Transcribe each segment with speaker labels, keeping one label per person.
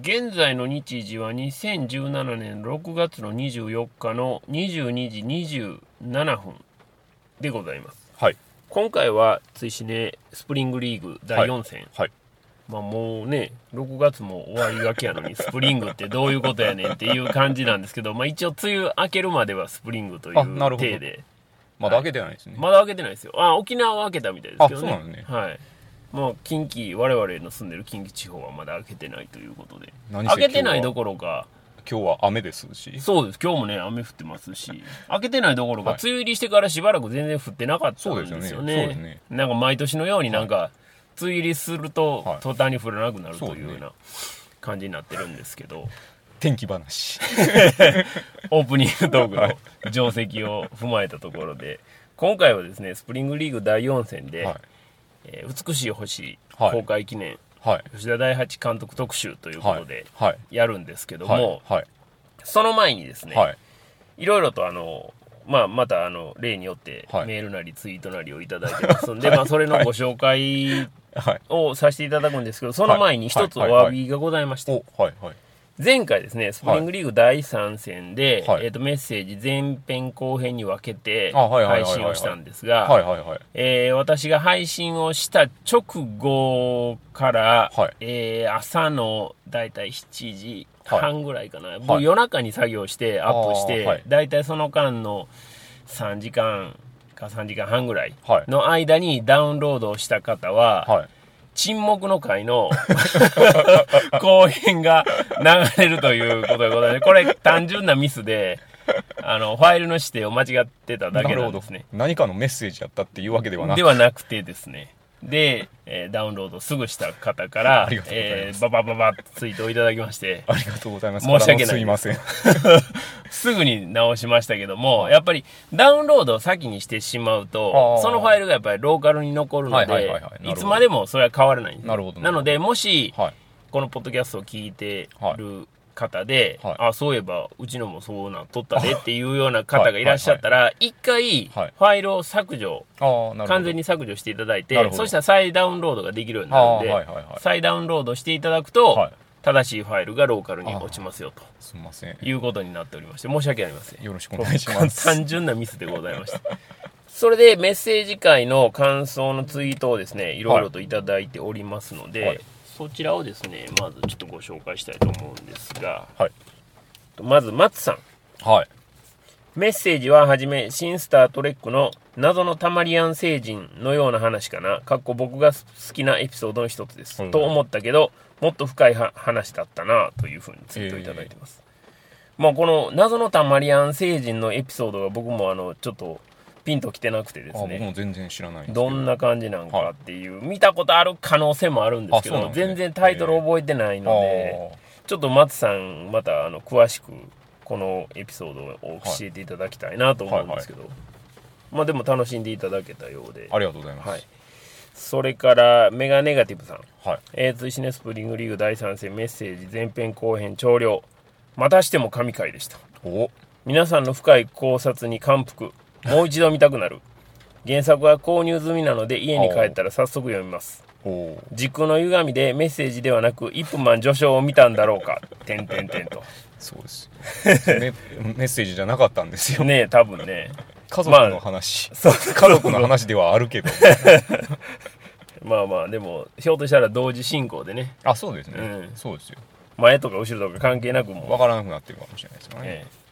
Speaker 1: 現在の日時は2017年6月の24日の22時27分でございます
Speaker 2: はい
Speaker 1: 今回は追試ねスプリングリーグ第4戦、
Speaker 2: はい
Speaker 1: まあもうね6月も終わりがけやのにスプリングってどういうことやねんっていう感じなんですけど、まあ、一応梅雨明けるまではスプリングとい
Speaker 2: あなる
Speaker 1: う
Speaker 2: ほど
Speaker 1: 体で
Speaker 2: まだ開けてないですね、
Speaker 1: まだ開けてないですよあ沖縄は開けたみたいですけどね
Speaker 2: あそうなのね
Speaker 1: はいもう近畿我々の住んでる近畿地方はまだ開けてないということで
Speaker 2: 何せ
Speaker 1: 開けてない
Speaker 2: 今
Speaker 1: ど
Speaker 2: 日
Speaker 1: こ
Speaker 2: は
Speaker 1: ろか
Speaker 2: 今日は雨ですし
Speaker 1: そうです今日もね雨降ってます し開けてないどころか、
Speaker 2: はい
Speaker 1: 梅雨入りしてからしばらく全然降ってなかったんですよね
Speaker 2: そうですよねそうですね
Speaker 1: なんか毎年のようになんか、梅雨入りすると、
Speaker 2: はい
Speaker 1: 途端に降らなくなるというよ
Speaker 2: そううね
Speaker 1: な感じになってるんですけど、
Speaker 2: 天気話
Speaker 1: オープニングトーク
Speaker 2: はい
Speaker 1: の定石を踏まえたところで今回はですねスプリングリーグ第4戦で、
Speaker 2: は
Speaker 1: えー美しい星
Speaker 2: はい
Speaker 1: 公開記念、
Speaker 2: いはい
Speaker 1: 吉田大八監督特集というこ
Speaker 2: は
Speaker 1: と
Speaker 2: い
Speaker 1: で
Speaker 2: はい
Speaker 1: やるんですけども、
Speaker 2: はいはい
Speaker 1: その前にですね、
Speaker 2: はい
Speaker 1: いろいろとあの、まあ、またあの例によって
Speaker 2: はい
Speaker 1: メールなりツイートなりをいただいてますんで、まあ、それのご紹介
Speaker 2: はい
Speaker 1: をさせていただくんですけどその前に一つお
Speaker 2: はいはい
Speaker 1: 詫びがございまして、
Speaker 2: おはいはい
Speaker 1: 前回ですねスプリングリーグ第3戦で、
Speaker 2: はい
Speaker 1: えー、とメッセージ前編後編に分けて
Speaker 2: あはいはいはいはい
Speaker 1: 配信をしたんです
Speaker 2: は
Speaker 1: が
Speaker 2: いはいはい
Speaker 1: えー私が配信をした直後から、
Speaker 2: はい
Speaker 1: えー朝のだいたい7時
Speaker 2: はい
Speaker 1: 半ぐらいかな、
Speaker 2: は
Speaker 1: 僕
Speaker 2: い
Speaker 1: 夜中に作業してアップし
Speaker 2: あーは
Speaker 1: て
Speaker 2: い
Speaker 1: だいたいその間の3時間か3時間半ぐらい
Speaker 2: はい
Speaker 1: の間にダウンロードをした方は、
Speaker 2: はい
Speaker 1: 沈黙の回の 後編が流れるということでございます。これ単純なミスで、あの、ファイルの指定を間違ってただ
Speaker 2: な
Speaker 1: け
Speaker 2: る
Speaker 1: なん
Speaker 2: ほ
Speaker 1: で
Speaker 2: ど
Speaker 1: すね。
Speaker 2: 何かのメッセージやったっていうわけではな
Speaker 1: で
Speaker 2: く
Speaker 1: はなくてですね。で、えーダウンロードすぐした方から
Speaker 2: ありが、とうござい
Speaker 1: え
Speaker 2: ます
Speaker 1: ー、ババババッとツイートをいただきまして、
Speaker 2: ありがとうございます
Speaker 1: 申し訳ない
Speaker 2: あのすいません
Speaker 1: すぐに直しましたけども、やっぱりダウンロードを先にしてしまうと
Speaker 2: あ、ー
Speaker 1: そのファイルがやっぱりローカルに残るの
Speaker 2: はいはいはい
Speaker 1: で
Speaker 2: はいなる、ほど
Speaker 1: いつまでもそれは変わらないんです。
Speaker 2: なるほど
Speaker 1: なので、もし、
Speaker 2: はい
Speaker 1: このポッドキャストを聞いてる方で、
Speaker 2: はい
Speaker 1: あそういえばうちのもそうなっとったでっていうような方がいらっしゃったら一回フ
Speaker 2: はい
Speaker 1: ァイルを削除
Speaker 2: ああなるほど
Speaker 1: 完全に削除していただい
Speaker 2: な
Speaker 1: て
Speaker 2: るほど
Speaker 1: そしたら再ダウンロードができるようになるんで、
Speaker 2: あーはいはいはい
Speaker 1: 再ダウンロードしていただくと、
Speaker 2: はい
Speaker 1: 正しいファイルがローカルに落ちますよと
Speaker 2: すみません
Speaker 1: いうことになっておりまして申し訳ありません
Speaker 2: よろしくお願いします
Speaker 1: 単純なミスでございましたそれでメッセージ会の感想のツイートをですねいろいろといただいておりますので、
Speaker 2: はい
Speaker 1: そちらをですねまずちょっとご紹介したいと思うんですが
Speaker 2: はい
Speaker 1: まず松さん
Speaker 2: はい
Speaker 1: メッセージははじめ、新スタートレックの謎のタマリアン星人のような話かな、かっこ僕が好きなエピソードの一つです、
Speaker 2: うん
Speaker 1: と思ったけど、もっと深いは話だったなというふうにツイートいただいてます。まあこの謎のタマリアン星人のエピソードが僕もあのちょっとピンときてなくてで
Speaker 2: あ
Speaker 1: す
Speaker 2: 僕
Speaker 1: ね、
Speaker 2: も全然知らないんですけ
Speaker 1: ど
Speaker 2: ど
Speaker 1: んな感じなんかっていう、見たことある可能性もあるんですけ
Speaker 2: あそう
Speaker 1: ど、
Speaker 2: なんですね
Speaker 1: 全然タイトル覚えてないので。ちょっと松さんまたあの詳しくこのエピソードを教えていただきたいなと思うんですけど、まあでも楽しんでいただけたようで
Speaker 2: あーありがとうございます
Speaker 1: はい、それからメガネガティブさん
Speaker 2: はい
Speaker 1: 「えー、追試ねスプリングリーグ第3戦メッセージ前編後編長領またしても神回でした」
Speaker 2: お
Speaker 1: 皆さんの深い考察に感服もう一度見たくなる原作は購入済みなので家に帰ったら早速読みます
Speaker 2: お
Speaker 1: 時空の歪みでメッセージではなく一分マン序章を見たんだろうか点点点と
Speaker 2: そうですよメメッセージじゃなかったんですよ
Speaker 1: ねえ多分ね
Speaker 2: 家族の話、
Speaker 1: そう
Speaker 2: 家族の話ではあるけど
Speaker 1: まあまあでもひょっとしたら同時進行でね
Speaker 2: あそうですね、
Speaker 1: うん
Speaker 2: そうですよ
Speaker 1: 前とか後ろとか関係なくも
Speaker 2: わからなくなってるかもしれないですよね、
Speaker 1: ええ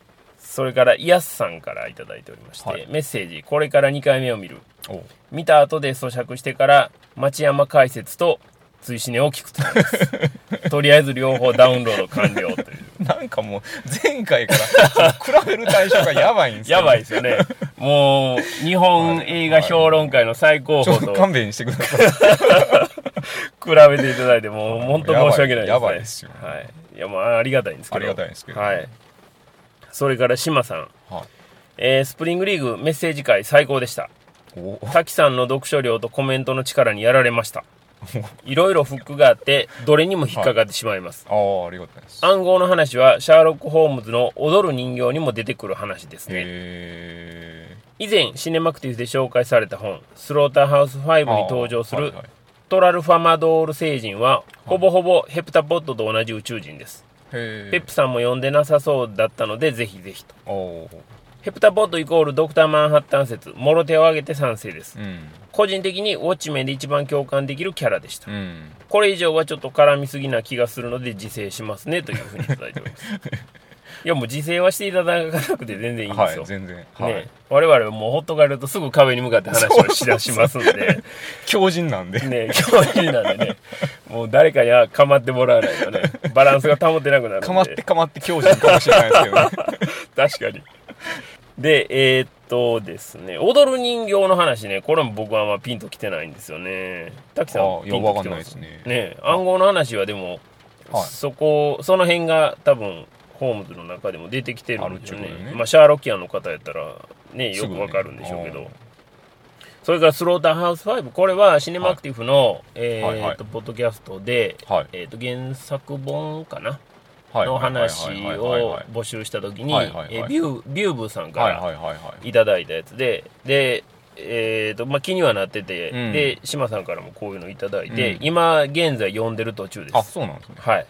Speaker 1: それからイヤスさんから頂いただいておりまして、
Speaker 2: はい
Speaker 1: メッセージこれから2回目を見る
Speaker 2: おう
Speaker 1: 見た後で咀嚼してから町山解説と追試ねを聞くと思います とりあえず両方ダウンロード完了という
Speaker 2: なんかもう前回からその比べる対象がやばいんですよ、
Speaker 1: やばいですよねもう日本映画評論会の最高
Speaker 2: ちょ
Speaker 1: 峰
Speaker 2: っと
Speaker 1: と
Speaker 2: 勘弁してください
Speaker 1: 比べていただいてもう 本当申し訳ないですね
Speaker 2: やばいやばいですよ
Speaker 1: はい、いやまあありがたいんですけど
Speaker 2: ありがたいんですけど
Speaker 1: はい、それから志麻さん、
Speaker 2: はい
Speaker 1: えースプリングリーグメッセージ会最高でした
Speaker 2: おう
Speaker 1: 滝さんの読書量とコメントの力にやられま したいろいろフックがあってどれにも引っかかってしまいます、
Speaker 2: ああありがたいです
Speaker 1: 暗号の話はシャーロック・ホームズの踊る人形にも出てくる話ですね、
Speaker 2: へえ
Speaker 1: 以前シネマクティブで紹介された本「スローターハウス5」に登場す
Speaker 2: は
Speaker 1: る
Speaker 2: いはい
Speaker 1: トラルファマドール星人はほぼほぼヘプタポッドと同じ宇宙人です、
Speaker 2: へ
Speaker 1: ペップさんも呼んでなさそうだったのでぜひぜひと
Speaker 2: おおー
Speaker 1: ヘプタポッドイコールドクターマンハッタン説もろ手を挙げて賛成です
Speaker 2: うん
Speaker 1: 個人的にウォッチメンで一番共感できるキャラでした
Speaker 2: うん
Speaker 1: これ以上はちょっと絡みすぎな気がするので自制しますねというふうにいただいておりますいやもう自制はしていただかなくて全然いいんで
Speaker 2: は
Speaker 1: すよ、
Speaker 2: い全然は
Speaker 1: ね
Speaker 2: い、
Speaker 1: 我々はもうほっとかれるとすぐ壁に向かって話をしだしますんで、
Speaker 2: 強靭なんで
Speaker 1: ね、教員なんでね、もう誰かにはかまってもらわないとね、バランスが保てなくなるんで。
Speaker 2: かまってかまって強靭かもしれないですけどね
Speaker 1: 確かに。で、えーっとですね、踊る人形の話ね、これも僕はあんまピンときてないんですよね。滝さん
Speaker 2: あ、あい
Speaker 1: ピ
Speaker 2: や
Speaker 1: ンと
Speaker 2: わ
Speaker 1: き
Speaker 2: か
Speaker 1: て
Speaker 2: んない
Speaker 1: ま
Speaker 2: ですすね
Speaker 1: ね、暗号の話はでも、
Speaker 2: はい
Speaker 1: そこ、その辺が多分、ホームズの中でも出てきてるんでしょう
Speaker 2: あるっちゅうこと
Speaker 1: ね。
Speaker 2: ね
Speaker 1: まあ、シャーロキアンの方やったら、ね、
Speaker 2: す
Speaker 1: よ
Speaker 2: ぐ
Speaker 1: く
Speaker 2: ね
Speaker 1: わかるんでしょうけど。それから、スローターハウス5、これはシネマアクティフの、えー
Speaker 2: はいは
Speaker 1: っ
Speaker 2: い
Speaker 1: と、ポッドキャストで、
Speaker 2: はい
Speaker 1: えーっと、原作本かな
Speaker 2: はい
Speaker 1: の
Speaker 2: はいはい
Speaker 1: 話
Speaker 2: はいはい
Speaker 1: を
Speaker 2: はい
Speaker 1: 募集した時に、
Speaker 2: はいはいはい
Speaker 1: えービュービューブさんか
Speaker 2: はい
Speaker 1: ら
Speaker 2: はいはいはい
Speaker 1: いただいたやつで、で、えーとまあ、気にはなってて、
Speaker 2: うん
Speaker 1: で島さんからもこういうのいただいて、
Speaker 2: うん
Speaker 1: 今現在読んでる途中です
Speaker 2: あそうなんですね
Speaker 1: はい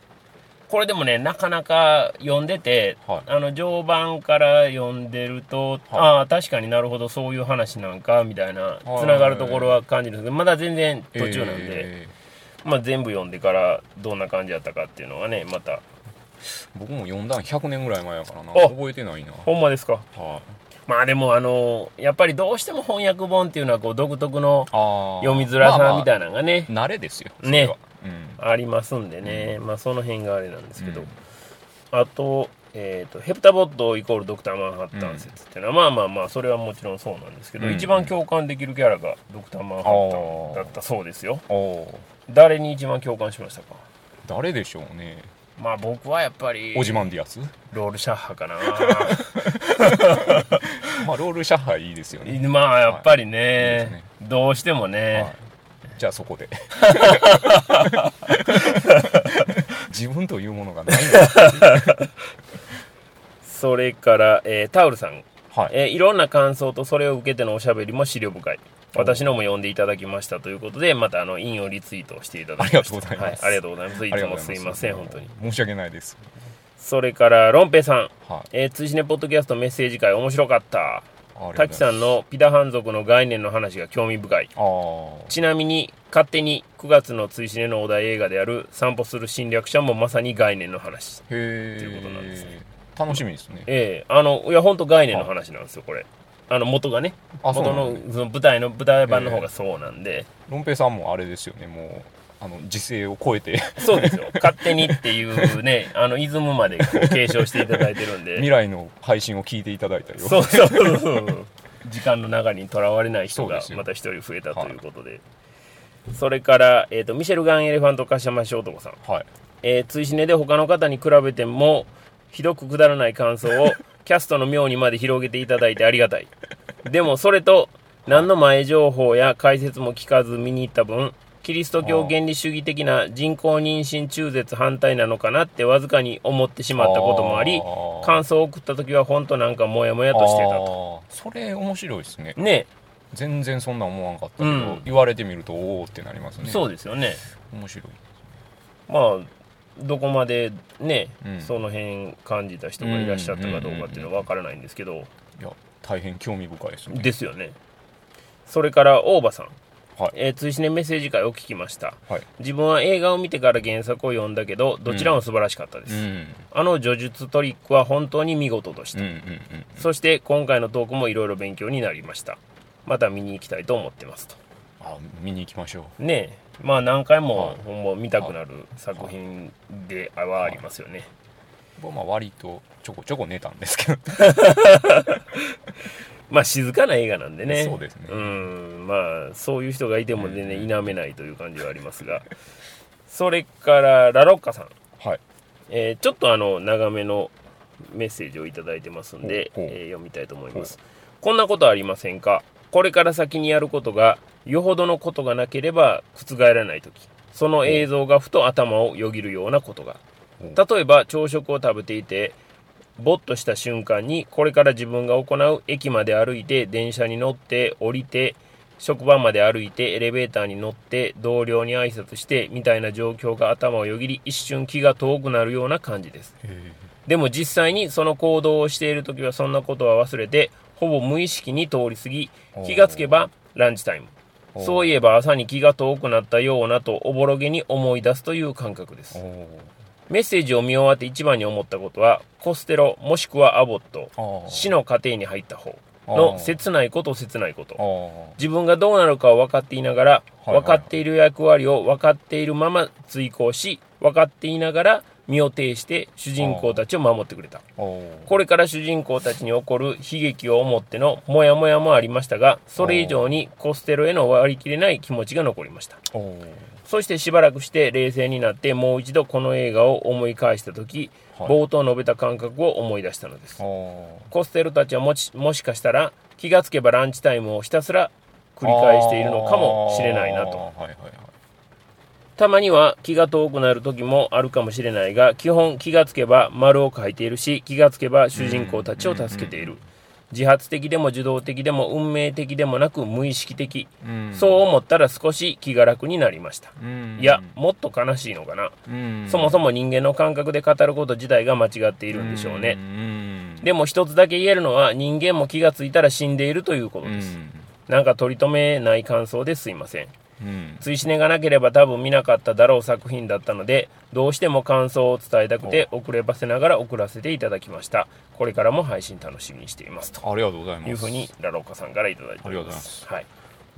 Speaker 1: これでもねなかなか読んでて、
Speaker 2: はい
Speaker 1: あの序盤から読んでると、
Speaker 2: はい
Speaker 1: ああ確かになるほどそういう話なんかみたいな
Speaker 2: はい
Speaker 1: つながるところは感じるんですけどまだ全然途中なんで、
Speaker 2: え
Speaker 1: まあ、全部読んでからどんな感じだったかっていうのはねまた
Speaker 2: ー僕も読んだん100年ぐらい前やからな
Speaker 1: あ
Speaker 2: 覚えてないな
Speaker 1: ほんまですか
Speaker 2: はい
Speaker 1: まあでもあのやっぱりどうしても翻訳本っていうのはこう独特の
Speaker 2: あー
Speaker 1: 読みづら
Speaker 2: まあ
Speaker 1: さ
Speaker 2: まあ
Speaker 1: みたいなのがね、
Speaker 2: 慣れですよ
Speaker 1: ね
Speaker 2: それはうん
Speaker 1: ありますんでね、まあその辺があれなんですけど、
Speaker 2: うん
Speaker 1: あと,、えー、とヘプタボットイコールドクター・マンハッタン説っていうのは、まあまあまあそれはもちろんそうなんですけど、
Speaker 2: うん
Speaker 1: 一番共感できるキャラがドクター・マンハッタンだったそうですよ
Speaker 2: おお
Speaker 1: 誰に一番共感しましたか
Speaker 2: 誰でしょうね
Speaker 1: まあ僕はやっぱり
Speaker 2: オジマンディアス
Speaker 1: ロール・シャッハか な
Speaker 2: まあロールシャッハいいですよね
Speaker 1: まあやっぱり
Speaker 2: はいいい
Speaker 1: ね,、
Speaker 2: ですね
Speaker 1: どうしてもね、
Speaker 2: はいじゃあそこで 自分というものがないんだ
Speaker 1: それから、えータオルさん
Speaker 2: はい
Speaker 1: えーいろんな感想とそれを受けてのおしゃべりも資料深い私のも読んでいただきましたということでまたあの引用リツイートをしていただきました
Speaker 2: ありがとうございます
Speaker 1: はありがとうございますい
Speaker 2: あり
Speaker 1: つ
Speaker 2: がと
Speaker 1: も
Speaker 2: うご
Speaker 1: す
Speaker 2: ざ
Speaker 1: い
Speaker 2: い
Speaker 1: ま
Speaker 2: ます
Speaker 1: せん本当に
Speaker 2: 申し訳ないです
Speaker 1: それからロンペさん、
Speaker 2: はい
Speaker 1: えー、通信ねポッドキャストメッセージ会面白かった
Speaker 2: ありがとうございま
Speaker 1: 滝
Speaker 2: す
Speaker 1: さんのピダハン族の概念の話が興味深い
Speaker 2: あー
Speaker 1: ちなみに勝手に9月の追試ねのお題映画である散歩する侵略者もまさに概念の話
Speaker 2: へ
Speaker 1: ということなんです
Speaker 2: え楽しみですね
Speaker 1: ええあのいや本当概念の話なんですよこれあの元がね
Speaker 2: あそう
Speaker 1: 元
Speaker 2: な
Speaker 1: の
Speaker 2: の
Speaker 1: その舞台の舞台版の方がそうなんで、
Speaker 2: ロンペイさんもあれですよねもうあの時勢を超 えて
Speaker 1: そうですよ勝手にっていうねあのイズムまでこう継承していただいてるん
Speaker 2: 未
Speaker 1: で
Speaker 2: 来の配信を聞いていただいたよ
Speaker 1: そうそうそうそう時間の流れにとらわれない人
Speaker 2: そう
Speaker 1: が
Speaker 2: ですよ
Speaker 1: また一人増えたということで。それから、えー、とミシェルガン・エレファント・カシャマシ男さん、
Speaker 2: はい
Speaker 1: えー、追試ねで他の方に比べてもひどくくだらない感想 をキャストの妙にまで広げていただいてありがたいでもそれと何の前情報や解説も聞かず見に行った分キリスト教原理主義的な人工妊娠中絶反対なのかなってわずかに思ってしまったこともあり
Speaker 2: ー
Speaker 1: 感想を送った時は本当なんかモヤモヤとしてたと
Speaker 2: あーそれ面白いですね
Speaker 1: ね
Speaker 2: 全然そんな思わんかったけど、
Speaker 1: うん
Speaker 2: 言われてみるとおおってなりますね
Speaker 1: そううですよね
Speaker 2: 面白い
Speaker 1: まあどこまでね、
Speaker 2: うん
Speaker 1: その辺感じた人がいらっしゃったかどうかっていうのは分からないんですけど、
Speaker 2: いや大変興味深いですね
Speaker 1: ですよねそれから大場さん、
Speaker 2: はい
Speaker 1: えー追試ねメッセージ会を聞きました
Speaker 2: はい
Speaker 1: 自分は映画を見てから原作を読んだけどどちらも素晴らしかったです、
Speaker 2: うん
Speaker 1: あの叙述トリックは本当に見事とし
Speaker 2: うん
Speaker 1: た、
Speaker 2: うんうん
Speaker 1: そして今回のトークもいろいろ勉強になりましたまた見に行きたいと思ってますと
Speaker 2: あ見に行きましょう
Speaker 1: ねえまあ何回
Speaker 2: は
Speaker 1: も
Speaker 2: い
Speaker 1: 本も見たくなる作品ではありますよね、
Speaker 2: 僕はまあ割とちょこちょこ寝たんですけど
Speaker 1: まあ静かな映画なんでね
Speaker 2: そうですね
Speaker 1: うんまあそういう人がいても全然
Speaker 2: うん
Speaker 1: 否めないという感じはありますが、それからラロッカさん、
Speaker 2: はい
Speaker 1: えーちょっとあの長めのメッセージをいただいてますんで、
Speaker 2: ほうほう
Speaker 1: えー読みたいと思いますこんなことありませんかこれから先にやることがよほどのことがなければ覆らない時その映像がふと頭をよぎるようなことが
Speaker 2: お
Speaker 1: 例えば朝食を食べていてぼっとした瞬間にこれから自分が行う駅まで歩いて電車に乗って降りて職場まで歩いてエレベーターに乗って同僚に挨拶してみたいな状況が頭をよぎり一瞬気が遠くなるような感じです
Speaker 2: へ
Speaker 1: でも実際にその行動をしている時はそんなことは忘れてほぼ無意識に通り過ぎ
Speaker 2: おー
Speaker 1: 気がつけばランチタイム
Speaker 2: おー
Speaker 1: そういえば朝に気が遠くなったようなとおぼろげに思い出すという感覚で
Speaker 2: え
Speaker 1: す
Speaker 2: お
Speaker 1: メッセージを見終わって一番に思ったことはコステロもしくはアボット
Speaker 2: お
Speaker 1: 死の過程に入った方の切ないこと切ないこと
Speaker 2: おお
Speaker 1: 自分がどうなるかを分かっていながら、
Speaker 2: はいはい
Speaker 1: 分かっている役割を分かっているまま追行し分かっていながら身を挺して主人公たちを守ってくれた
Speaker 2: おお
Speaker 1: これから主人公たちに起こる悲劇を思ってのモヤモヤもありましたがそれ以上にコステロへの割り切れない気持ちが残りました
Speaker 2: おお
Speaker 1: そしてしばらくして冷静になってもう一度この映画を思い返した時、
Speaker 2: はい
Speaker 1: 冒頭述べた感覚を思い出したのです
Speaker 2: おお
Speaker 1: コステロたちはもちもしかしたら気がつけばランチタイムをひたすら繰り返しているのかもしれないなと
Speaker 2: あーはいはいはい
Speaker 1: たまには気が遠くなる時もあるかもしれないが基本気がつけば丸を書いているし気がつけば主人公たちを助けている自発的でも受動的でも運命的でもなく無意識的
Speaker 2: うん
Speaker 1: そう思ったら少し気が楽になりました
Speaker 2: うん
Speaker 1: いやもっと悲しいのかな
Speaker 2: うん
Speaker 1: そもそも人間の感覚で語ること自体が間違っているんでしょうね
Speaker 2: うん
Speaker 1: でも一つだけ言えるのは人間も気がついたら死んでいるということ
Speaker 2: う
Speaker 1: です、
Speaker 2: ん
Speaker 1: なんか取り留めない感想ですいません
Speaker 2: うん
Speaker 1: 追試ねがなければ多分見なかっただろう作品だったのでどうしても感想を伝えたくて遅ればせながら送らせていただきましたこれからも配信楽しみにしていますと
Speaker 2: ありがとうございます
Speaker 1: いうふうにラロッカさんからいただいておりますはい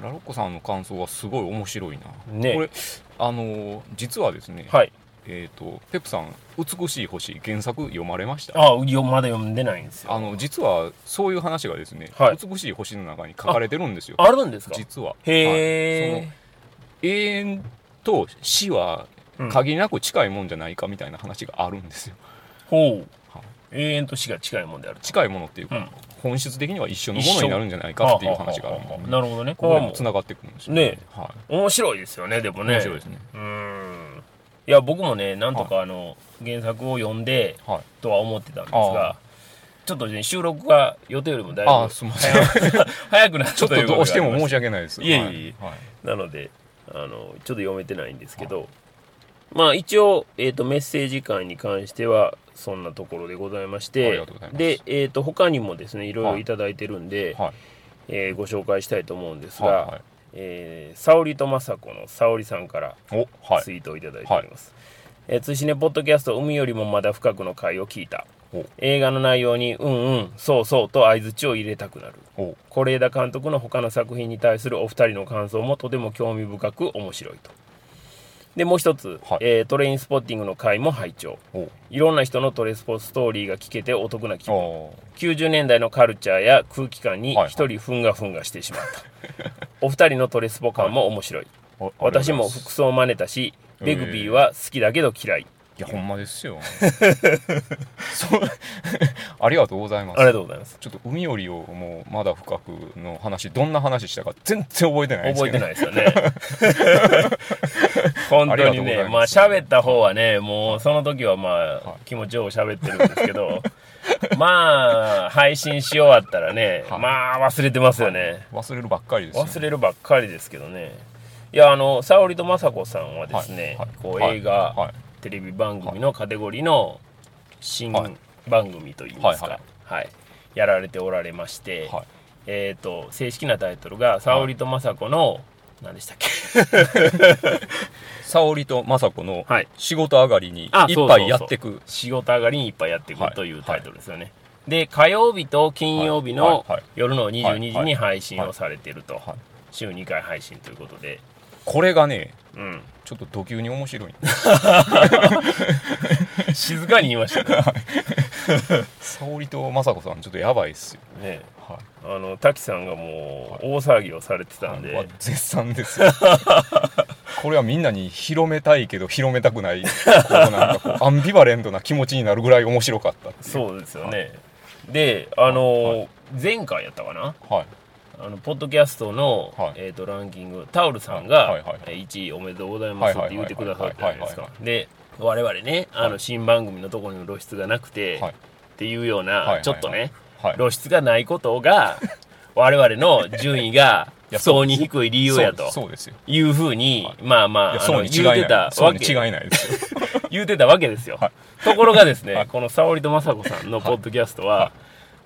Speaker 2: ラロッコさんの感想はすごい面白いな、
Speaker 1: ね
Speaker 2: これあのー実はですね、
Speaker 1: はい
Speaker 2: えっ、とペプさん「美しい星」原作読まれました
Speaker 1: あよまだ読んでないんですよ
Speaker 2: あの実はそういう話がですね、
Speaker 1: はい
Speaker 2: 美しい星の中に書かれてるんですよ
Speaker 1: あるんですか
Speaker 2: 実は
Speaker 1: へ
Speaker 2: はい
Speaker 1: え
Speaker 2: その永遠と死は
Speaker 1: うん
Speaker 2: 限りなく近いもんじゃないかみたいな話があるんですよ、
Speaker 1: ほう
Speaker 2: はい
Speaker 1: 永遠と死が近いもんである
Speaker 2: 近いものっていうか、
Speaker 1: うん
Speaker 2: 本質的には一緒のものになるんじゃないかっていう話がある
Speaker 1: ははは
Speaker 2: ん
Speaker 1: は
Speaker 2: で、
Speaker 1: なるほどね
Speaker 2: ここでも
Speaker 1: う
Speaker 2: つながってくるんですよ
Speaker 1: ね
Speaker 2: は
Speaker 1: 面白いですよねでも
Speaker 2: い、
Speaker 1: ね
Speaker 2: 面白いですね、
Speaker 1: うーんいや僕もねなんとかあの原作を読んで
Speaker 2: はい、
Speaker 1: とは思ってたんです
Speaker 2: あ
Speaker 1: が
Speaker 2: あ
Speaker 1: ちょっとね収録が予定よりもだいぶ
Speaker 2: ああすいません
Speaker 1: 早早くなった
Speaker 2: ちょっとどうしても申
Speaker 1: し
Speaker 2: し訳ないです
Speaker 1: いえいえ
Speaker 2: はい
Speaker 1: なのであのちょっと読めてないんですけどまあ一応、えー、とメッセージ会に関してはそんなところでございまし
Speaker 2: あ
Speaker 1: て
Speaker 2: りがとうございます
Speaker 1: で、えー、と他にもですねいろいろいただいてるんで、
Speaker 2: はい
Speaker 1: えーご紹介したいと思うんですが、
Speaker 2: はいはい
Speaker 1: えー、沙織と雅子の沙織さんから
Speaker 2: おはい
Speaker 1: ツイートをいただいております、えー通信ねポッドキャスト海よりもまだ深くの回を聞いた
Speaker 2: お
Speaker 1: 映画の内容にうんうんそうそうと相槌を入れたくなる
Speaker 2: お
Speaker 1: 是枝監督の他の作品に対するお二人の感想もとても興味深く面白いとでもう一つ、
Speaker 2: はい
Speaker 1: えートレインスポッティングの回も拝聴
Speaker 2: お
Speaker 1: いろんな人のトレスポストーリーが聞けてお得な気分
Speaker 2: お
Speaker 1: 90年代のカルチャーや空気感に
Speaker 2: はいはい
Speaker 1: 一人ふんがふんがしてしまった、お二人のトレスポ感も面白い、
Speaker 2: お
Speaker 1: 私も
Speaker 2: ありがとうございま
Speaker 1: 服
Speaker 2: す
Speaker 1: 装を真似たしレグビーは好きだけど嫌い、
Speaker 2: いやほんまで すよそう ありがとうございま
Speaker 1: ありが
Speaker 2: す
Speaker 1: とうございます
Speaker 2: ちょっと海よりをもうまだ深くの話どんな話したか全然覚えてないです
Speaker 1: 覚
Speaker 2: け
Speaker 1: えてな
Speaker 2: ど
Speaker 1: いですよね本当に
Speaker 2: ありがとうござい
Speaker 1: ね
Speaker 2: ます
Speaker 1: まあ喋った方はねもうその時はまあ
Speaker 2: い
Speaker 1: 気持ちよく喋ってるんですけど まあ配信し終わったらね
Speaker 2: はい
Speaker 1: まあ忘れてますよね
Speaker 2: 忘れるばっかりですよ
Speaker 1: 忘れるばっかりですけどねいやあの沙織と雅子さんはですね、
Speaker 2: はいはい
Speaker 1: こう
Speaker 2: はい
Speaker 1: 映画、
Speaker 2: はい
Speaker 1: テレビ番組のカテゴリーの新
Speaker 2: はい
Speaker 1: 番組といいますか、は
Speaker 2: はいい
Speaker 1: やられておられまして、
Speaker 2: はい
Speaker 1: えー、と正式なタイトルが「沙織と雅子の、何でしたっけ?
Speaker 2: 沙織と雅子の
Speaker 1: はい
Speaker 2: 仕事上がりに
Speaker 1: あ
Speaker 2: い
Speaker 1: そうそ
Speaker 2: っ
Speaker 1: う
Speaker 2: ぱ
Speaker 1: そう
Speaker 2: いやってく」
Speaker 1: 仕事上がりにいっぱいやってい
Speaker 2: は
Speaker 1: く
Speaker 2: い
Speaker 1: というタイトルですよね。で火曜日と金曜日
Speaker 2: はい
Speaker 1: の
Speaker 2: はいはい
Speaker 1: 夜の22時
Speaker 2: はいは
Speaker 1: に
Speaker 2: い
Speaker 1: 配信をされていると
Speaker 2: はい
Speaker 1: 週2回配信ということで、
Speaker 2: これがね
Speaker 1: うん、
Speaker 2: ちょっと土級に面白い
Speaker 1: 静かに言いましたね
Speaker 2: 沙織と雅子さんちょっとやばいっすよ
Speaker 1: ね
Speaker 2: はい
Speaker 1: あの滝さんがもう大騒ぎをされてたんで、
Speaker 2: は絶賛ですよ これはみんなに広めたいけど広めたく ないこうなんかこうアンビバレントな気持ちになるぐらい面白かったっていう
Speaker 1: そうですよね。で、あのー
Speaker 2: は
Speaker 1: 前回やったかな
Speaker 2: はい
Speaker 1: あの、ポッドキャストの、
Speaker 2: はい
Speaker 1: えっ、と、ランキング、タオルさんが
Speaker 2: はいはいはい、
Speaker 1: えー1位おめでとうございますっ
Speaker 2: は
Speaker 1: て
Speaker 2: い
Speaker 1: 言
Speaker 2: はいはいはい
Speaker 1: ってくださったじゃないです
Speaker 2: は
Speaker 1: か
Speaker 2: いは。
Speaker 1: で、我々ね、あ
Speaker 2: は
Speaker 1: の、
Speaker 2: い
Speaker 1: 新番組のところにも露出がなくて、
Speaker 2: はい
Speaker 1: っていうような、
Speaker 2: はいはい
Speaker 1: ちょっとね、
Speaker 2: はい
Speaker 1: 露出がないことが、我々の順位が
Speaker 2: や
Speaker 1: 層に低い理由やと
Speaker 2: そうそうですよ
Speaker 1: いうふうに
Speaker 2: はい、
Speaker 1: まあま
Speaker 2: い
Speaker 1: あ
Speaker 2: や
Speaker 1: あ
Speaker 2: そう
Speaker 1: の
Speaker 2: に違い
Speaker 1: 言うて
Speaker 2: な
Speaker 1: た
Speaker 2: いそう
Speaker 1: わ
Speaker 2: に
Speaker 1: け
Speaker 2: 違いないですよ
Speaker 1: 言うてたわけですよ
Speaker 2: は。
Speaker 1: ところがですね、
Speaker 2: はい
Speaker 1: この沙織と雅子さんのポッドキャストは、
Speaker 2: はい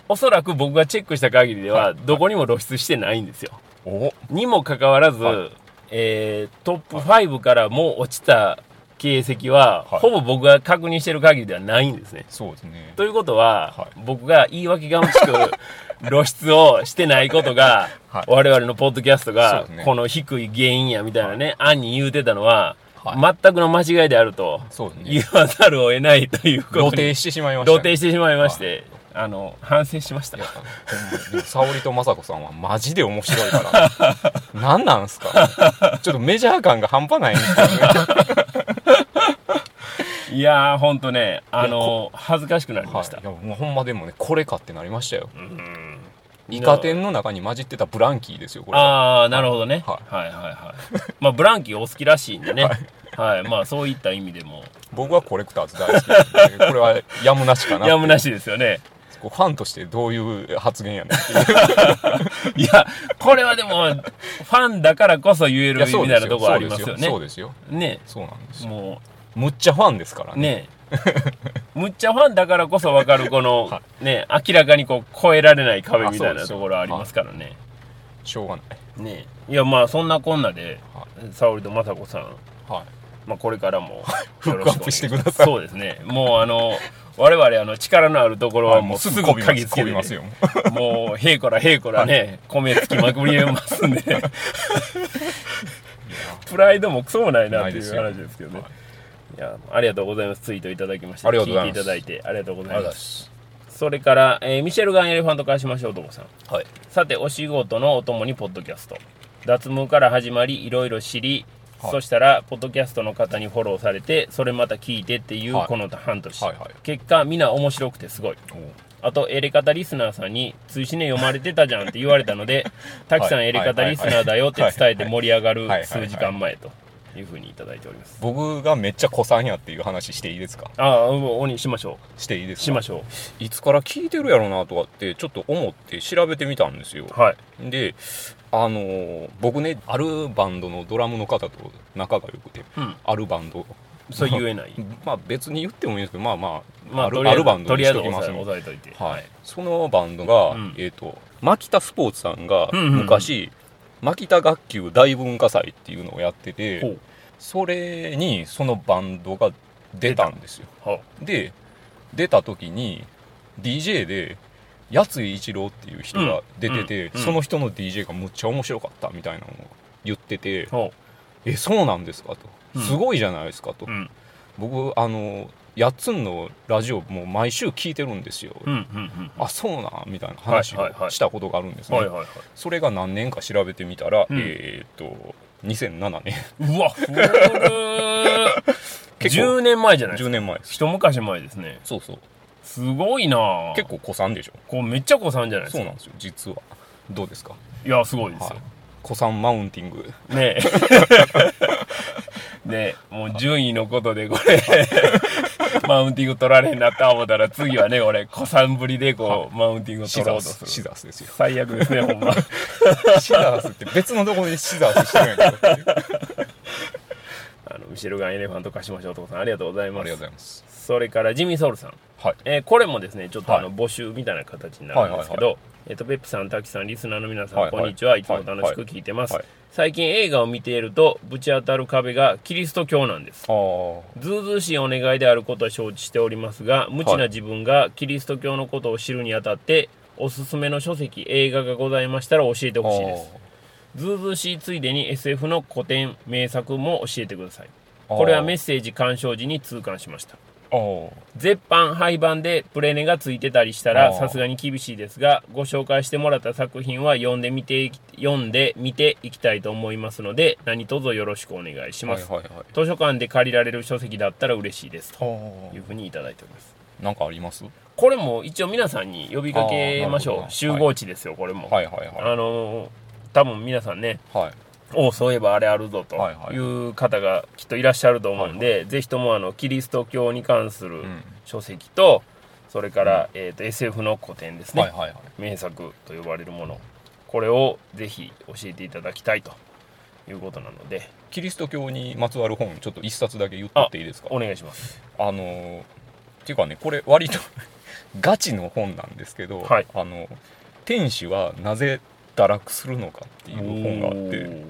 Speaker 1: おそらく僕がチェックした限りでは、どこにも露出してないんですよ。
Speaker 2: お
Speaker 1: にもかかわらず、
Speaker 2: は
Speaker 1: えートップ5からもう落ちた形跡は、
Speaker 2: はい
Speaker 1: ほぼ僕が確認してる限りではないんですね。
Speaker 2: そうです ね
Speaker 1: ということは、
Speaker 2: は
Speaker 1: 僕が言い訳がましく露出をしてないことが、
Speaker 2: はい
Speaker 1: 我々のポッドキャスト
Speaker 2: そう
Speaker 1: が、
Speaker 2: ですね
Speaker 1: この低い原因やみたいなね、案に言うてたのは、
Speaker 2: は
Speaker 1: 全くの間違いであると
Speaker 2: そうですね
Speaker 1: 言わざるを得ないということ
Speaker 2: 露
Speaker 1: に
Speaker 2: 呈してしまいました
Speaker 1: 露
Speaker 2: ね、
Speaker 1: 呈してしまいまして、あの反省しました
Speaker 2: いやほんまでも沙織と雅子さんはマジで面白いから 何なんすかちょっとメジャー感が半端ないんですけ どね
Speaker 1: いやーほんとねあの恥ずかしくなりました、
Speaker 2: はい、いやもうほんまでもねこれかってなりましたよ
Speaker 1: うん
Speaker 2: イカ天の中に混じってたブランキーですよこれは
Speaker 1: ああなるほどね、
Speaker 2: は
Speaker 1: はい、はいはいまあブランキーお好きらしいんでね、はいまあそういった意味でも
Speaker 2: 僕はコレクターズ大好きなんでこれはやむなしかな
Speaker 1: やむな
Speaker 2: し
Speaker 1: しですよね
Speaker 2: ファンとしてどういう発言やねんっていう
Speaker 1: いやこれはでもファンだからこそ言え
Speaker 2: い
Speaker 1: る
Speaker 2: や
Speaker 1: み
Speaker 2: そ
Speaker 1: た
Speaker 2: う
Speaker 1: い
Speaker 2: で
Speaker 1: な
Speaker 2: す
Speaker 1: と
Speaker 2: よ
Speaker 1: ころありますよ
Speaker 2: そう
Speaker 1: ね
Speaker 2: ですよ
Speaker 1: ね
Speaker 2: そうなんですよ
Speaker 1: も
Speaker 2: むっちゃファンですから
Speaker 1: う
Speaker 2: ね
Speaker 1: ねむっちゃファンだからこそ分かるこの、ね明らかにこう超えられない壁みたいなところありますからね、
Speaker 2: しょうがない
Speaker 1: ねいやまあそんなこんなで
Speaker 2: は
Speaker 1: 沙織と雅子さん、
Speaker 2: はい
Speaker 1: まあ、これからも
Speaker 2: フックアップしてください
Speaker 1: よろくお願いしますそうですねもうあの我々あの力のあるところは
Speaker 2: はい
Speaker 1: もうすぐ
Speaker 2: こびま
Speaker 1: 鍵
Speaker 2: す
Speaker 1: つけ
Speaker 2: こ
Speaker 1: て
Speaker 2: び
Speaker 1: ね
Speaker 2: ますよ
Speaker 1: もうへいこらへいこらね米つきまくりますんでプライドもクソもないなっていう話ですけどねいやありがとうございますツイートいただきまして
Speaker 2: ありがとうござい
Speaker 1: 聞い
Speaker 2: ま
Speaker 1: てい
Speaker 2: す
Speaker 1: ただいてありがとうござ
Speaker 2: あ
Speaker 1: い
Speaker 2: りが
Speaker 1: ま
Speaker 2: とうございます す
Speaker 1: それから、えーミシェルガンエレファント化しましょう男さん
Speaker 2: はい
Speaker 1: さてお仕事のお供にポッドキャスト脱毛から始まりいろいろ知り、
Speaker 2: はい
Speaker 1: そしたらポッドキャストの方にフォローされてそれまた聞いてっていう
Speaker 2: はい
Speaker 1: この半年、
Speaker 2: はいはい
Speaker 1: 結果みんな面白くてすごい
Speaker 2: おう
Speaker 1: あとエレカタリスナーさんに「通信で読まれてたじゃん」って言われたの で「滝さんエレカタリスナーだよ」って伝えて盛り上がる数時間前というふうにいただいております
Speaker 2: 僕がめっちゃ子さんやっていう話していいですか
Speaker 1: ああ鬼しましょ
Speaker 2: していいで
Speaker 1: う
Speaker 2: すか
Speaker 1: しましょ
Speaker 2: いつから聞いてるやろなとかってちょっと思って調べてみたんですよ
Speaker 1: うはい
Speaker 2: であのー僕ねあるバンドのドラムの方と仲が良くて
Speaker 1: うん
Speaker 2: あるバンド
Speaker 1: そう言えない
Speaker 2: まあ別に言ってもいいんですけどまあまあ、
Speaker 1: まあ
Speaker 2: る
Speaker 1: とりあえ
Speaker 2: る
Speaker 1: ず
Speaker 2: バンド
Speaker 1: と
Speaker 2: に
Speaker 1: りあ
Speaker 2: し
Speaker 1: えず
Speaker 2: ときま
Speaker 1: 押
Speaker 2: す
Speaker 1: さえ
Speaker 2: ので
Speaker 1: 押さえといて
Speaker 2: はい、そのバンドが、
Speaker 1: うん
Speaker 2: えっ、と牧田スポーツさんが
Speaker 1: うんうんうん
Speaker 2: 昔、牧田学級大文化祭っていうのをやって
Speaker 1: ほ
Speaker 2: て
Speaker 1: う
Speaker 2: それにそのバンドが出たんですよ
Speaker 1: は
Speaker 2: で出た時に DJ でやつい一郎っていう人が出てて、
Speaker 1: うんうん
Speaker 2: その人の DJ がむっちゃ面白かったみたいなのを言ってて、
Speaker 1: ほ
Speaker 2: えそうなんですかと、
Speaker 1: うん
Speaker 2: すごいじゃないですかと、
Speaker 1: ううん
Speaker 2: 僕あのやっつんのラジオもう毎週聞いてるんですよ、
Speaker 1: うんうん
Speaker 2: あそうなんみたいな話
Speaker 1: はいはいは
Speaker 2: を
Speaker 1: い
Speaker 2: したことがあるんです
Speaker 1: うん
Speaker 2: ね、
Speaker 1: はいはいはい
Speaker 2: それが何年か調べてみたら、
Speaker 1: うん
Speaker 2: えーっと2007年
Speaker 1: うわ、古ー
Speaker 2: 結構
Speaker 1: 10年前じゃないですか。
Speaker 2: 10年前です
Speaker 1: 一昔前ですね。
Speaker 2: そうそう
Speaker 1: すごいなぁ
Speaker 2: 結構子さんでしょ
Speaker 1: こうめっちゃ子さんじゃないです
Speaker 2: そう
Speaker 1: か。
Speaker 2: なんですよ実はどうですか
Speaker 1: いや、すごいです
Speaker 2: はい
Speaker 1: よ。、
Speaker 2: 子さんマウンティング
Speaker 1: ねえ。 ねえ、もう順位のことでこれ、 マウンティング取られへんなった思ったら次はね、俺、子さんぶりでこう、マウンティングを
Speaker 2: シ
Speaker 1: 取
Speaker 2: ザ
Speaker 1: ろ
Speaker 2: ー
Speaker 1: うと
Speaker 2: ス
Speaker 1: す
Speaker 2: シ
Speaker 1: る。
Speaker 2: ザースですよ
Speaker 1: 最悪ですね、ほんま。
Speaker 2: シザースって別のところでシザースしてるんやけどありがと
Speaker 1: あの、ミシェルガンエレファント化しましょう、男さん。ありがとうございま
Speaker 2: うご
Speaker 1: す。
Speaker 2: ざいます
Speaker 1: それから、ジミー・ソウルさん。
Speaker 2: はい
Speaker 1: えーこれもですねちょっとあの
Speaker 2: は
Speaker 1: 募集みたいな形になるんですけ
Speaker 2: は
Speaker 1: ど、えっとペップさん、滝さん、リスナーの皆さ
Speaker 2: はい
Speaker 1: ん、
Speaker 2: はい
Speaker 1: こんにちは。いつも
Speaker 2: はい
Speaker 1: 楽しく聞いてます
Speaker 2: はい。
Speaker 1: 最近映画を見ていると、ぶち当たる壁がキリスト教なんです。
Speaker 2: ああ
Speaker 1: ずうずうしいお願いであることは承知しておりますが、無知な自分がキリスト教のことを知るにあたって、おすすめの書籍、映画がございましたら教えてほしいです。ずうずうしいついでに SF の古典、名作も教えてください。これはメッセージ鑑賞時に痛感しました。
Speaker 2: あー
Speaker 1: 絶版廃盤でプレネがついてたりしたら
Speaker 2: あー
Speaker 1: さすがに厳しいですがご紹介してもらった作品は読んでみていき読んでみていきたいと思いますので何卒よろしくお願いします、
Speaker 2: はいはいはい
Speaker 1: 図書館で借りられる書籍だったら嬉しいですと
Speaker 2: あ
Speaker 1: いうふうにいただいております
Speaker 2: あなんかありますは
Speaker 1: これも一応皆さんに呼びかけまし
Speaker 2: あーなるほど
Speaker 1: ょ
Speaker 2: な
Speaker 1: う集合地ですよこれも、
Speaker 2: いはいは
Speaker 1: あのー多分皆さんね
Speaker 2: いはい
Speaker 1: おうそういえばあれあるぞと
Speaker 2: はいはい
Speaker 1: いう方がきっといらっしゃると思うんで、ぜひともあのキリスト教に関する
Speaker 2: ん
Speaker 1: 書籍と、それから、えー、と SF の古典ですね、
Speaker 2: はいはいはい
Speaker 1: 名作と呼ばれるものここれをぜひ教えていただきたいということなので
Speaker 2: キリスト教にまつわる本ちょっと一冊だけ言っとっていいですか
Speaker 1: お願いします
Speaker 2: あのーっていうかねこれ割と ガチの本なんですけど、
Speaker 1: はい
Speaker 2: あの天使はなぜ堕落するのかっていう本があって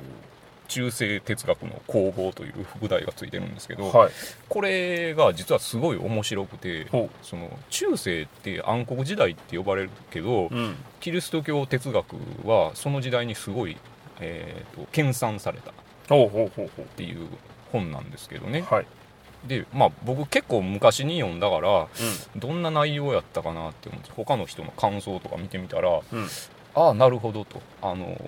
Speaker 2: 中世哲学の工房という副題がついてるんですけ
Speaker 1: お
Speaker 2: ど、
Speaker 1: ーはい
Speaker 2: これが実はすごい面白くて
Speaker 1: ほ
Speaker 2: その中世って暗黒時代って呼ばれるけど、
Speaker 1: ううん
Speaker 2: キリスト教哲学はその時代にすごい、えー、と研鑽されたっ
Speaker 1: ほうほうほうほ
Speaker 2: ていう本なんですけどね
Speaker 1: うはい、
Speaker 2: でまあ僕結構昔に読んだから
Speaker 1: う
Speaker 2: どんな内容やったかなって思って他の人の感想とか見てみたら、
Speaker 1: ん
Speaker 2: ああなるほどとあの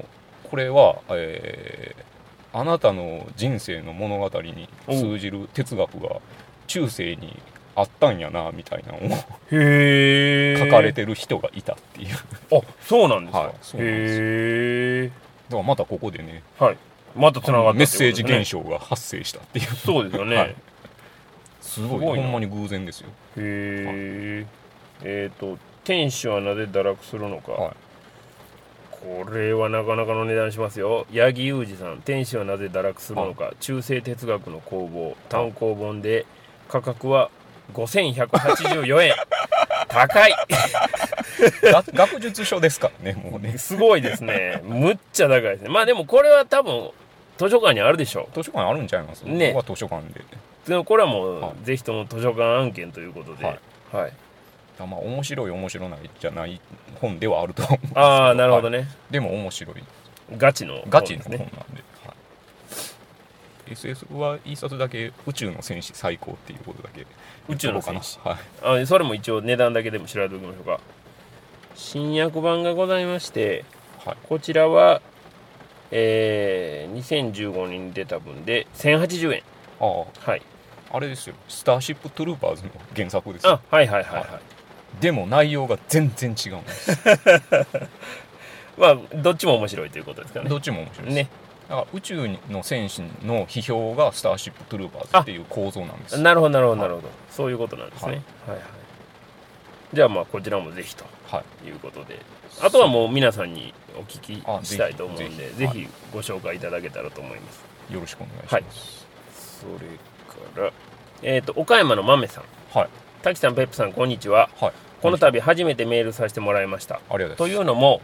Speaker 2: これは、えーあなたの人生の物語に通じる哲学が中世にあったんやなみたいなのを
Speaker 1: ん、へえ
Speaker 2: 書かれてる人がいたっ ていう、だか
Speaker 1: あそうなんですか、
Speaker 2: はいそうなんです
Speaker 1: へえ
Speaker 2: らまたここでね
Speaker 1: はいまたつながった
Speaker 2: メッセージ現
Speaker 1: 象
Speaker 2: 象が発生したっていう
Speaker 1: そうですよね、
Speaker 2: はいすごい
Speaker 1: すごいな
Speaker 2: ほんまに偶然ですよ
Speaker 1: へええっ、と「天使はなぜ堕落するのか」
Speaker 2: はい
Speaker 1: これはなかなかの値段しますよ八木裕二さん「天使はなぜ堕落するのか」中世哲学の工房単行本で価格は5184円 高い
Speaker 2: が学 術書ですからねもうね
Speaker 1: すごいですねむっちゃ高いですねまあでもこれは多分図書館にあるでしょ
Speaker 2: 図書館あるんちゃいます
Speaker 1: ね
Speaker 2: ここは図書館で
Speaker 1: うでもこれはも
Speaker 2: は
Speaker 1: うぜひとも図書館案件ということで、は
Speaker 2: はいいまあ面白い面白ないじゃない本ではあると思うんですけど
Speaker 1: ああなるほど
Speaker 2: はい
Speaker 1: ね、
Speaker 2: でも面白い
Speaker 1: ガチの
Speaker 2: ガチの
Speaker 1: です
Speaker 2: 本なんで、はい SF は一冊だけ宇宙の戦士最高っていうことだけ
Speaker 1: 宇宙の戦
Speaker 2: 士、はい、
Speaker 1: あそれも一応値段だけでも調べておきましょうか新訳版がございまして
Speaker 2: はい、
Speaker 1: こちらはえー、2015年に出た分で1080円
Speaker 2: あ
Speaker 1: はい
Speaker 2: ああれですよスターシップトゥルーパーズの原作ですよ
Speaker 1: あはいはいはいはい、
Speaker 2: はでも内容が全然違うんです
Speaker 1: まあどっちも面白いということですかね
Speaker 2: どっちも面白いです
Speaker 1: ね
Speaker 2: だから宇宙の戦士の批評がスターシップトゥルーパーズっていう構造なんです
Speaker 1: なるほどなるほどなるほどそういうことなんですね、はい、はいじゃあまあこちらもぜひと
Speaker 2: はい
Speaker 1: いうことであとはもう皆さんにお聞
Speaker 2: あ
Speaker 1: き
Speaker 2: ぜひ
Speaker 1: したいと思うんでぜ
Speaker 2: ぜひ
Speaker 1: ひご紹介いただけたらと思います
Speaker 2: よろしくお願いします、
Speaker 1: それから、えっ、と、岡山の豆さん。
Speaker 2: はい。
Speaker 1: 滝さん、ペップさん、こんにちは。
Speaker 2: はい。
Speaker 1: この度初めてメールさせてもらいました。
Speaker 2: ありがと
Speaker 1: と
Speaker 2: うございます。
Speaker 1: いうのも、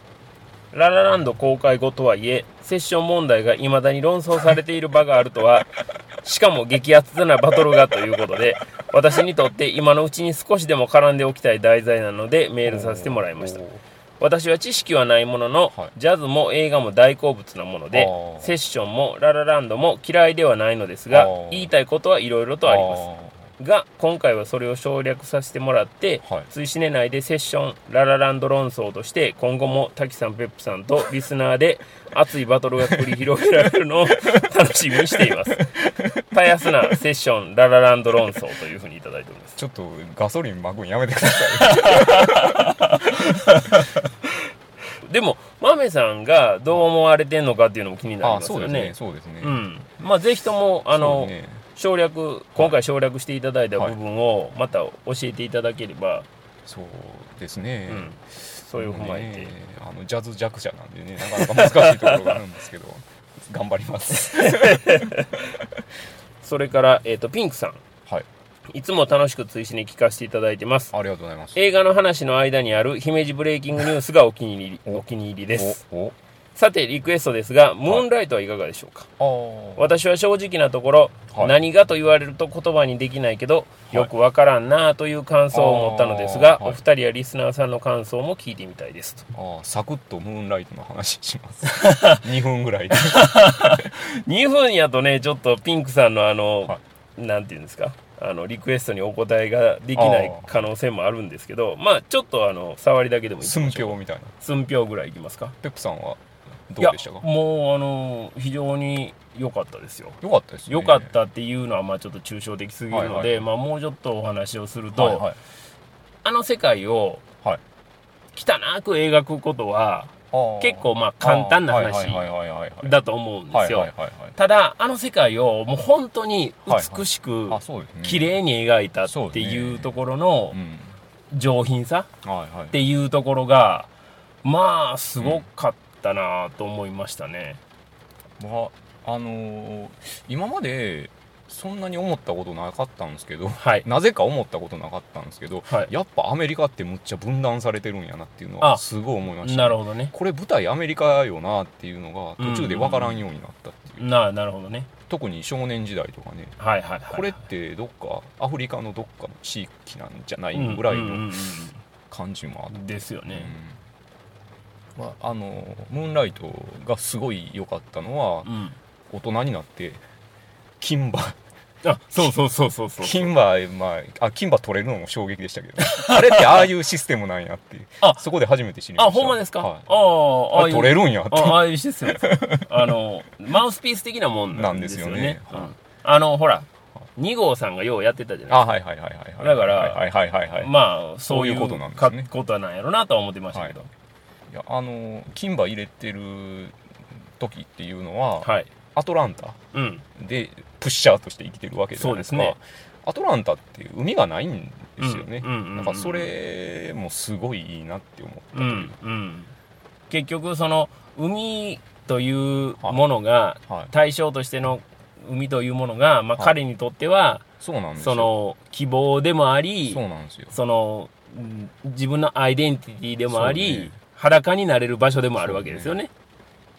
Speaker 1: ララランド公開後とはいえ、セッション問題が未だに論争されている場があると は、しかも激アツなバトルがということで、私にとって今のうちに少しでも絡んでおきたい題材なのでメールさせてもらいました
Speaker 2: おー。
Speaker 1: 私は知識はないものの、
Speaker 2: はい
Speaker 1: ジャズも映画も大好物なもので
Speaker 2: あー
Speaker 1: セッションもララランドも嫌いではないのですが
Speaker 2: あー
Speaker 1: 言いたいことはいろいろとありま
Speaker 2: あ
Speaker 1: すが今回はそれを省略させてもらって、
Speaker 2: はい
Speaker 1: 追試ね内でセッションララランド論争として今後も滝さんペップさんとリスナー で熱いバトルが繰り広げられるのを楽しみにしていますたやすなセッションララランド論争というふうにいただいております
Speaker 2: ーちょっとガソリンまくんやめてください。
Speaker 1: でも豆さんがどう思われてんのかっていうのも気になり
Speaker 2: あ
Speaker 1: ま
Speaker 2: ー
Speaker 1: す
Speaker 2: そう
Speaker 1: よ
Speaker 2: です
Speaker 1: ね
Speaker 2: ね。そうですね。
Speaker 1: うん、まあぜひともあ
Speaker 2: そ
Speaker 1: の、
Speaker 2: うね
Speaker 1: 省略今回省略していただいた部分をまた教えていただければ、
Speaker 2: そうですね。
Speaker 1: うん、それを踏まえて、
Speaker 2: ねあのジャズ弱者なんでね、なかなか難しいところがあるんですけど、 頑張り ます。
Speaker 1: それから、えー、とピンクさ
Speaker 2: はい。
Speaker 1: んいつも楽しく追試に聞かせていただいてます
Speaker 2: ありがとうございます。
Speaker 1: 映画の話の間にある姫路ブレイキングニュースがお気に入り
Speaker 2: お
Speaker 1: お気に入りです
Speaker 2: お
Speaker 1: さてリクエストですがムーンライトはいかがでしょうか、
Speaker 2: おああ。
Speaker 1: 私は正直なところ、
Speaker 2: はい
Speaker 1: 何がと言われると言葉にできないけど、
Speaker 2: い
Speaker 1: よくわからんなあという感想を持ったのですが、
Speaker 2: あーはい
Speaker 1: お二人やリスナーさんの感想も聞いてみたいですと
Speaker 2: ああサクッとムーンライトの話し ます。2分ぐらいで。
Speaker 1: 2分やとねちょっとピンクさんのあの、
Speaker 2: は
Speaker 1: なんていうんですかあのリクエストにお答えができない可能性もあるんですけどまあちょっとあの触りだけでもいき
Speaker 2: 寸
Speaker 1: ましょう
Speaker 2: 評みたいな。
Speaker 1: 寸評ぐらいいきますか
Speaker 2: ペップさんはどうでしたか
Speaker 1: いやもうあの非常に良かったですよ
Speaker 2: よかったですね。
Speaker 1: 良かっ。たっていうのはまあちょっと抽象的すぎるので、
Speaker 2: はいはい
Speaker 1: まあ、もうちょっとお話をすると、
Speaker 2: はいはい。
Speaker 1: あの世界を
Speaker 2: はい
Speaker 1: 汚く描くことは
Speaker 2: あー
Speaker 1: 結構まあ簡単な
Speaker 2: はい
Speaker 1: 話
Speaker 2: はいはいはいはいはい。
Speaker 1: だと思うんです
Speaker 2: はい
Speaker 1: よ
Speaker 2: はいはいはい
Speaker 1: ただあの世界をもう本当に美しく
Speaker 2: あそうですね
Speaker 1: 綺麗に描いた
Speaker 2: そ
Speaker 1: っ
Speaker 2: う
Speaker 1: て
Speaker 2: ですね
Speaker 1: いうところの
Speaker 2: うん
Speaker 1: 上品さ
Speaker 2: はいは
Speaker 1: っ
Speaker 2: い
Speaker 1: ていうところがまあすごかっったなと思いましたね
Speaker 2: まああのー今までそんなに思ったことなかったんですけど
Speaker 1: はい
Speaker 2: なぜか思ったことなかったんですけど
Speaker 1: はい
Speaker 2: やっぱアメリカってむっちゃ分断されてるんやなっていうのは
Speaker 1: あ
Speaker 2: すごい思いました
Speaker 1: なるほどね
Speaker 2: これ舞台アメリカよなっていうのが途中で分からんようになったっていう、
Speaker 1: ななるほどね
Speaker 2: 特に少年時代とかね
Speaker 1: はいはいはい
Speaker 2: これってどっかアフリカのどっかの地域なんじゃな
Speaker 1: う
Speaker 2: い
Speaker 1: ん
Speaker 2: ぐらい
Speaker 1: うん
Speaker 2: の
Speaker 1: うん
Speaker 2: 感じもあっ
Speaker 1: う
Speaker 2: て、
Speaker 1: んですよ
Speaker 2: うん
Speaker 1: ね
Speaker 2: まあ、あのムーンライトがすごい良かったのは
Speaker 1: うん
Speaker 2: 大人になって キンバ
Speaker 1: あそうそうそうそうそう
Speaker 2: キンバ、まあ、あキンバ取れるのも衝撃でしたけど あれってああいうシステムなんやっていう
Speaker 1: あ
Speaker 2: そこで初めて知りました
Speaker 1: あほんまですか、
Speaker 2: はい
Speaker 1: ああ
Speaker 2: あれ取
Speaker 1: る
Speaker 2: れるんやって
Speaker 1: あああいうシステムですかあのマウスピース的なもんなんですよね
Speaker 2: なんですよねはい
Speaker 1: うんあのほら2号さんがようやってたじゃないですか
Speaker 2: あはいはいはいはいは
Speaker 1: だ
Speaker 2: い
Speaker 1: から
Speaker 2: はいはいはいはい、
Speaker 1: まあそういう
Speaker 2: そういうことなんですね
Speaker 1: かことなんやろなとは思ってましたけど
Speaker 2: いやあのキンバ入れてる時っていうのは、
Speaker 1: はい、
Speaker 2: アトランタ
Speaker 1: うん
Speaker 2: でプッシャーとして生きてるわけじゃないですか
Speaker 1: そうですね
Speaker 2: アトランタって海がないんですよね、
Speaker 1: うんうんうんうん
Speaker 2: なんかそれもすごいいいなって思ったと
Speaker 1: う
Speaker 2: い
Speaker 1: んうん結局その海というものが
Speaker 2: うはい、
Speaker 1: 対象としての海というものが、まあ、
Speaker 2: はい
Speaker 1: 彼にとっては
Speaker 2: そうなんですよ
Speaker 1: その希望でもあり
Speaker 2: そうなんですよ
Speaker 1: そのうん自分のアイデンティティでもあ
Speaker 2: そう
Speaker 1: り
Speaker 2: ね
Speaker 1: 裸になれる場所でもあるわけですよね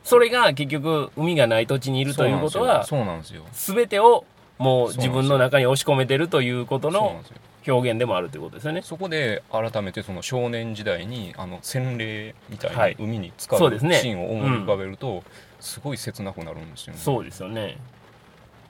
Speaker 1: それが結局海がない土地にいるということは
Speaker 2: そうなんですよ
Speaker 1: 全てをもう
Speaker 2: そうなんです
Speaker 1: 自
Speaker 2: よ
Speaker 1: 分の中に押し込めてるということ
Speaker 2: そうなん
Speaker 1: の
Speaker 2: ですよ
Speaker 1: 表現でもあるということですよね
Speaker 2: そこで改めてその少年時代にあの洗礼みた
Speaker 1: はいい
Speaker 2: に海に浸か
Speaker 1: そう
Speaker 2: る
Speaker 1: で
Speaker 2: シ
Speaker 1: すね
Speaker 2: ーンを思い浮かべるとすごい切なくなるんですよね。
Speaker 1: そうですよね。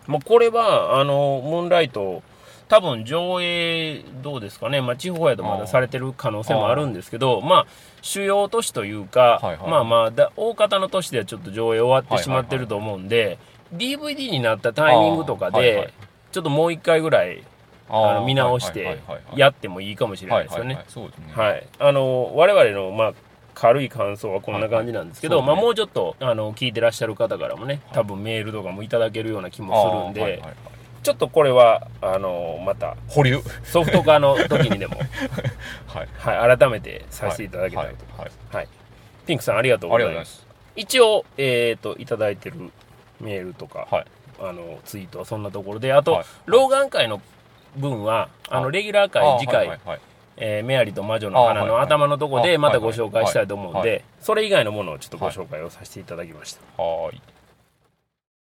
Speaker 1: まあ、これは、あの、ムーンライト、多分上映どうですかね、まあ、地方やとま
Speaker 2: あー
Speaker 1: だされてる可能性もあるんですけど、まあ、主要都市というか、
Speaker 2: はいはい
Speaker 1: まあまあだ、大方の都市ではちょっと上映終わっ
Speaker 2: はいはいは
Speaker 1: て
Speaker 2: い
Speaker 1: しまってると思うんで、DVD になったタイミングとかで、
Speaker 2: あーはいはい
Speaker 1: ちょっともう一回ぐらいあの見直し
Speaker 2: はい
Speaker 1: て
Speaker 2: はいはいはい
Speaker 1: やってもいいかもしれないですよ
Speaker 2: はいはいは
Speaker 1: ね
Speaker 2: い。そうですね。
Speaker 1: はい、あの我々の、まあ、軽い感想はこんな感じなんですけど、
Speaker 2: はいはい
Speaker 1: まあ、もうちょっとあの聞いてらっしゃる方からもね多分メールとかもいただけるような気もするんで、
Speaker 2: あーはいはいはい
Speaker 1: ちょっとこれはあのまた
Speaker 2: 保留
Speaker 1: ソフト化の時にで も、
Speaker 2: はい
Speaker 1: はい、改めてさせていただけたらと、はい
Speaker 2: はいはい
Speaker 1: ピンクさんありがとう
Speaker 2: あ
Speaker 1: ご
Speaker 2: り
Speaker 1: ざ
Speaker 2: がと
Speaker 1: い
Speaker 2: うございま
Speaker 1: ます
Speaker 2: す
Speaker 1: 一応、えー、といただいてるメールとか、
Speaker 2: はい
Speaker 1: あのツイートはそんなところであと、
Speaker 2: はい
Speaker 1: 老眼会の分はあ
Speaker 2: は
Speaker 1: の
Speaker 2: い
Speaker 1: レギュラー
Speaker 2: あー
Speaker 1: 会次回
Speaker 2: はいはいはい
Speaker 1: えーメアリと魔女の
Speaker 2: あ
Speaker 1: 花
Speaker 2: はいは
Speaker 1: の
Speaker 2: い
Speaker 1: 頭のとこ
Speaker 2: あ
Speaker 1: でまた
Speaker 2: はいは
Speaker 1: ご
Speaker 2: い
Speaker 1: 紹介したいと思うん
Speaker 2: はい
Speaker 1: で、それ以外のものをちょっとご紹介をさせていただきました。
Speaker 2: はーい